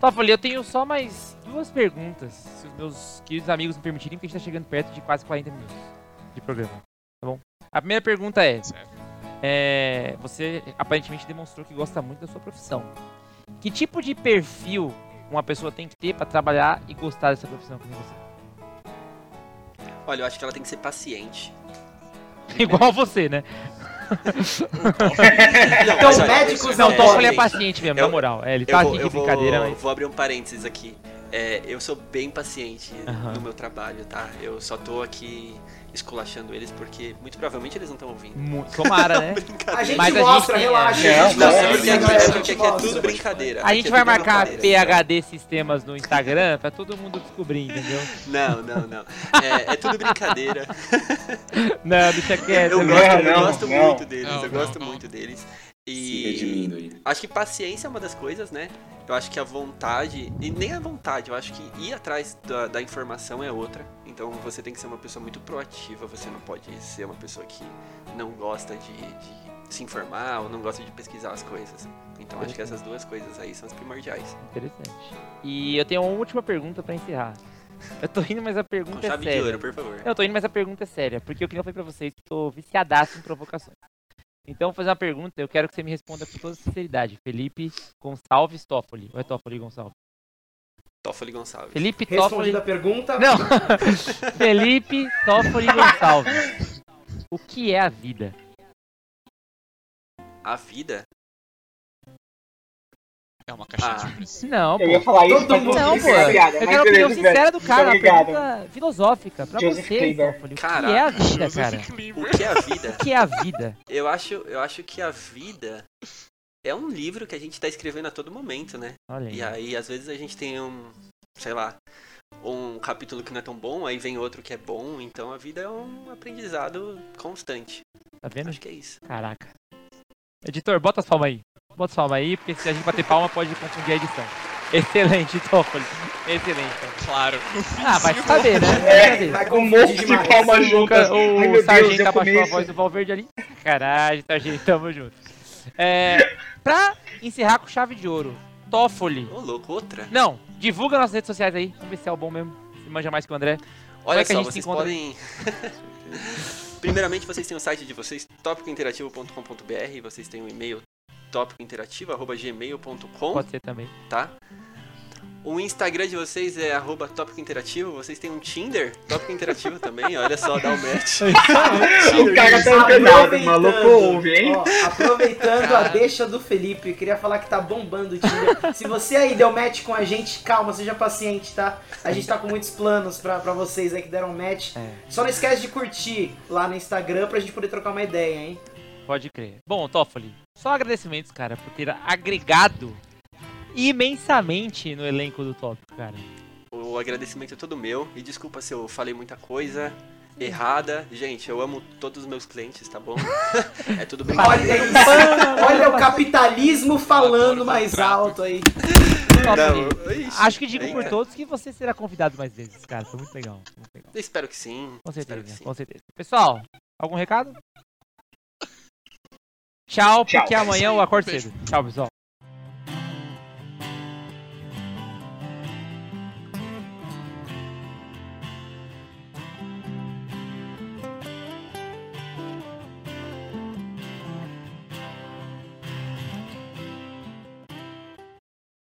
D: Toffoli, eu tenho só mais duas perguntas, se os meus queridos amigos me permitirem, porque a gente tá chegando perto de quase 40 minutos de programa, tá bom? A primeira pergunta é,
G: Certo.
D: é, você aparentemente demonstrou que gosta muito da sua profissão. Que tipo de perfil uma pessoa tem que ter pra trabalhar e gostar dessa profissão como você?
A: Olha, eu acho que ela tem que ser paciente.
D: Igual você, né?
A: Não,
H: Então,
A: mas olha,
H: médicos
A: é,
H: não,
D: Não, o Toffoli é
A: gente,
D: paciente mesmo,
A: eu-
D: na moral. É, ele
A: Eu,
D: tá
A: vou,
D: aqui de
A: eu vou,
D: brincadeira, mas...
A: vou abrir um parênteses aqui. É, eu sou bem paciente
D: Aham.
A: no meu trabalho, tá? Eu só tô aqui esculachando eles porque muito provavelmente eles não estão ouvindo.
D: Mu- Tomara, né?
H: A gente
D: Mas a
H: mostra,
D: gente-
H: relaxa.
I: é,
H: a gente
A: Não,
H: mostra,
A: é porque aqui, é,
H: galera, a
A: porque
H: gente
A: aqui é
H: mostra.
A: tudo brincadeira.
D: A
A: Aqui
D: gente
A: é
D: vai
A: tudo
D: marcar
A: brincadeira,
D: PHD Sistemas no Instagram pra todo mundo descobrir, entendeu?
A: Não, não, não. É, é tudo brincadeira.
D: Não, deixa quieto.
A: Eu
I: não,
D: né?
A: gosto, eu
I: não,
A: gosto
I: não.
A: muito deles,
G: Não,
A: eu
G: não,
A: gosto
G: não.
A: muito deles.
F: Se
A: E
F: redimindo aí.
A: acho que paciência é uma das coisas, né? Eu acho que a vontade, e nem a vontade, eu acho que ir atrás da, da informação é outra. Então você tem que ser uma pessoa muito proativa, você não pode ser uma pessoa que não gosta de, de se informar ou não gosta de pesquisar as coisas. Então acho que essas duas coisas aí são as primordiais.
D: Interessante. E eu tenho uma última pergunta pra encerrar. Eu tô indo, mas a
A: Com
D: pergunta é
A: chave de ouro,
D: séria.
A: por favor.
D: Não, eu tô indo, mas a pergunta é séria. Porque eu que não falei pra vocês, que tô viciadaço em provocações. Então, vou fazer uma pergunta, eu quero que você me responda com toda sinceridade. Felipe Gonçalves Toffoli. Ou é Toffoli Gonçalves?
A: Toffoli Gonçalves.
D: Felipe Toffoli...
H: Respondida a pergunta,
D: Não! Felipe Toffoli Gonçalves. O que é a vida?
A: A vida
G: É uma caixinha
A: Ah.
G: de surpresa.
D: Não,
I: Eu
D: pô.
I: ia falar isso,
H: Todo
I: mas
H: mundo-
I: eu
D: Não,
I: fiz
D: pô.
I: essa piada,
D: Eu
I: mas
D: quero a opinião
I: beleza,
D: sincera do cara, uma
I: Obrigado. né?
D: pergunta filosófica pra
I: Joseph
D: você,
I: Kleiber.
D: Toffoli. O que
A: Cara,
D: é a vida,
G: Joseph
D: cara?
G: Klimber.
A: O que é a vida?
D: O que é a vida?
A: Eu acho, eu acho que a vida é um livro que a gente tá escrevendo a todo momento, né?
D: Olha aí.
A: E aí, às vezes, a gente tem um, sei lá, um capítulo que não é tão bom, aí vem outro que é bom, então a vida é um aprendizado constante.
D: Tá vendo?
A: Acho que é isso.
D: Caraca. Editor, bota as palmas aí. Bota as palmas aí, porque se a gente bater palma pode confundir a edição. Excelente, Toffoli. Excelente. Toffoli.
G: Claro.
D: Ah, vai saber, né? Vai
I: É,
D: saber.
H: Vai
I: um
H: confundir
I: monte de
H: demais.
I: palmas juntas.
D: Nunca
I: assim. Ai,
D: o
I: meu Deus,
D: Sargento
I: eu
D: abaixou a
I: começo.
D: voz do Valverde ali. Caralho, Sargento, tamo junto. É, pra encerrar com chave de ouro, Toffoli.
A: Ô, louco, outra.
D: Não, divulga nossas redes sociais aí. Vamos ver se é o bom mesmo. Se manja mais que o André.
A: Olha
D: é que a
A: só,
D: gente se
A: vocês
D: encontra?
A: podem. Primeiramente, vocês têm o site de vocês, tópicointerativo.com.br, vocês têm o e-mail tópicointerativo.gmail.com.
D: Pode ser também.
A: tá? O Instagram de vocês é arroba tópico interativo, vocês têm um Tinder tópico interativo também, olha só, dá o match.
I: O cara tá antenado, o maluco ouve, hein?
H: ó, aproveitando a deixa do Felipe, eu queria falar que tá bombando o Tinder. Se você aí deu match com a gente, calma, seja paciente, tá? A gente tá com muitos planos pra, pra vocês aí que deram match.
A: É.
H: Só não esquece de curtir lá no Instagram pra gente poder trocar uma ideia, hein?
D: Pode crer. Bom, Toffoli, só agradecimentos, cara, por ter agregado imensamente no elenco do tópico, cara.
A: O agradecimento é todo meu e desculpa se eu falei muita coisa errada. Gente, eu amo todos os meus clientes, tá bom? é tudo brincadeira.
H: Olha, isso, olha o capitalismo falando mais alto aí.
D: Toffoli,
A: Não, ixi,
D: acho que digo por
A: é,
D: todos que você será convidado mais vezes, cara. Foi muito legal. foi muito legal.
A: Espero que sim.
D: Com
A: espero que
D: certeza,
A: sim.
D: com certeza. Pessoal, algum recado? Tchau, porque
I: Tchau.
D: amanhã eu acordo
G: Beijo.
D: cedo. Tchau, pessoal.